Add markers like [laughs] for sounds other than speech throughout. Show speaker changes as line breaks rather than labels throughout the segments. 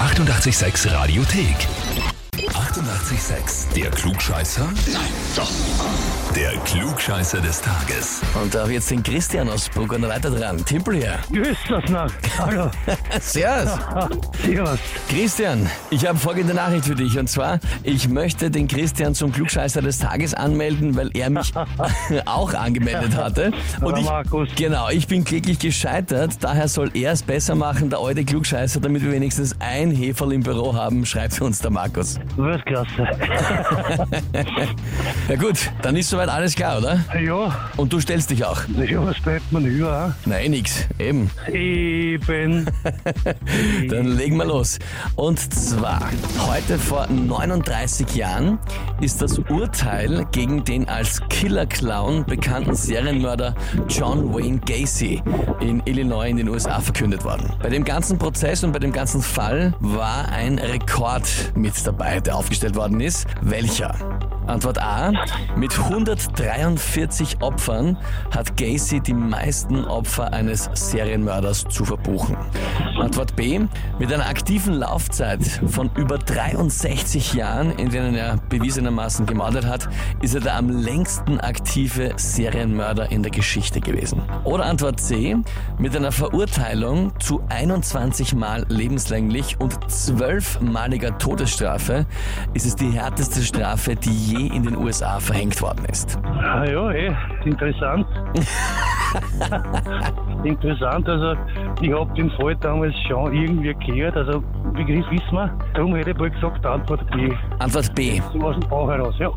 886 Radiothek. 88,6. Der Klugscheißer? Nein, doch. Der Klugscheißer des Tages.
Und da habe ich jetzt den Christian aus Burgenreiter dran. Timpel her.
Grüß das noch. Hallo.
Servus.
[laughs] Servus.
Christian, ich habe folgende Nachricht für dich. Und zwar, ich möchte den Christian zum Klugscheißer des Tages anmelden, weil er mich [laughs] auch angemeldet hatte. Und
Na, Markus.
ich, genau, ich bin kläglich gescheitert. Daher soll er es besser machen, der alte Klugscheißer, damit wir wenigstens ein Heferl im Büro haben, schreibt uns der Markus.
Du wirst klasse.
Ja gut, dann ist soweit alles klar, oder?
Ja,
Und du stellst dich auch.
ja, was bleibt man über?
Nein, nix. Eben.
auch? Eben.
Dann legen wir los. Und zwar, heute vor 39 Jahren ist das Urteil gegen den als Killer-Clown bekannten Serienmörder John Wayne Gacy in Illinois in den USA verkündet worden. Bei dem ganzen Prozess und bei dem ganzen Fall war ein Rekord mit dabei, der aufgestellt worden ist. Welcher? Antwort A. Mit 143 Opfern hat Gacy die meisten Opfer eines Serienmörders zu verbuchen. Antwort B. Mit einer aktiven Laufzeit von über 63 Jahren, in denen er bewiesenermaßen gemordet hat, ist er der am längsten aktive Serienmörder in der Geschichte gewesen. Oder Antwort C. Mit einer Verurteilung zu 21 Mal lebenslänglich und zwölfmaliger Todesstrafe ist es die härteste Strafe, die je in den USA verhängt worden ist.
Ah, ja, eh, interessant. interessant, also ich habe den Fall damals schon irgendwie gehört, also Begriff wissen wir. Darum hätte ich wohl gesagt, Antwort B.
Antwort B.
So aus dem Bauch heraus, ja.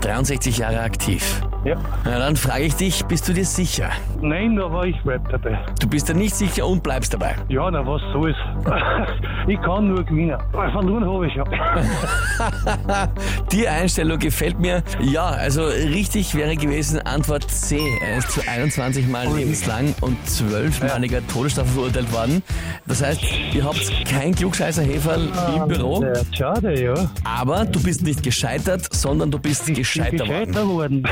63 Jahre aktiv.
Ja.
Na, dann frage ich dich, bist du dir sicher?
Nein, aber ich bleib dabei.
Du bist dir nicht sicher und bleibst dabei.
Ja, na was soll's. [laughs] ich kann nur gewinnen. Weil Verloren habe ich ja.
Die Einstellung gefällt mir. Ja, also richtig wäre gewesen Antwort C. Er ist zu 21 Mal lebenslang und 12-maliger Todesstrafe verurteilt worden. Das heißt, ihr habt kein klugscheißer Heferl im Büro,
Ja, Äh, Schade, ja.
aber du bist nicht gescheitert, sondern du bist gescheiter worden.
Gescheiter worden. [laughs]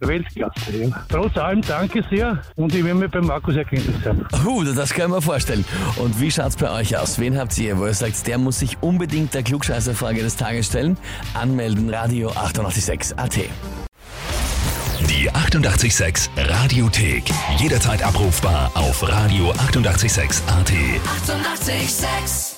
Weltklasse, ja. Trotz allem danke sehr und ich will mich bei Markus erkennen sein.
Huh, das kann ich mir vorstellen. Und wie schaut's bei euch aus? Wen habt ihr, wo ihr sagt, der muss sich unbedingt der Klugscheißerfrage des Tages stellen? Anmelden, Radio 886 AT.
Die 88,6 Radiothek. Jederzeit abrufbar auf radio886.at. 88,6.
Eighty-eight, sex.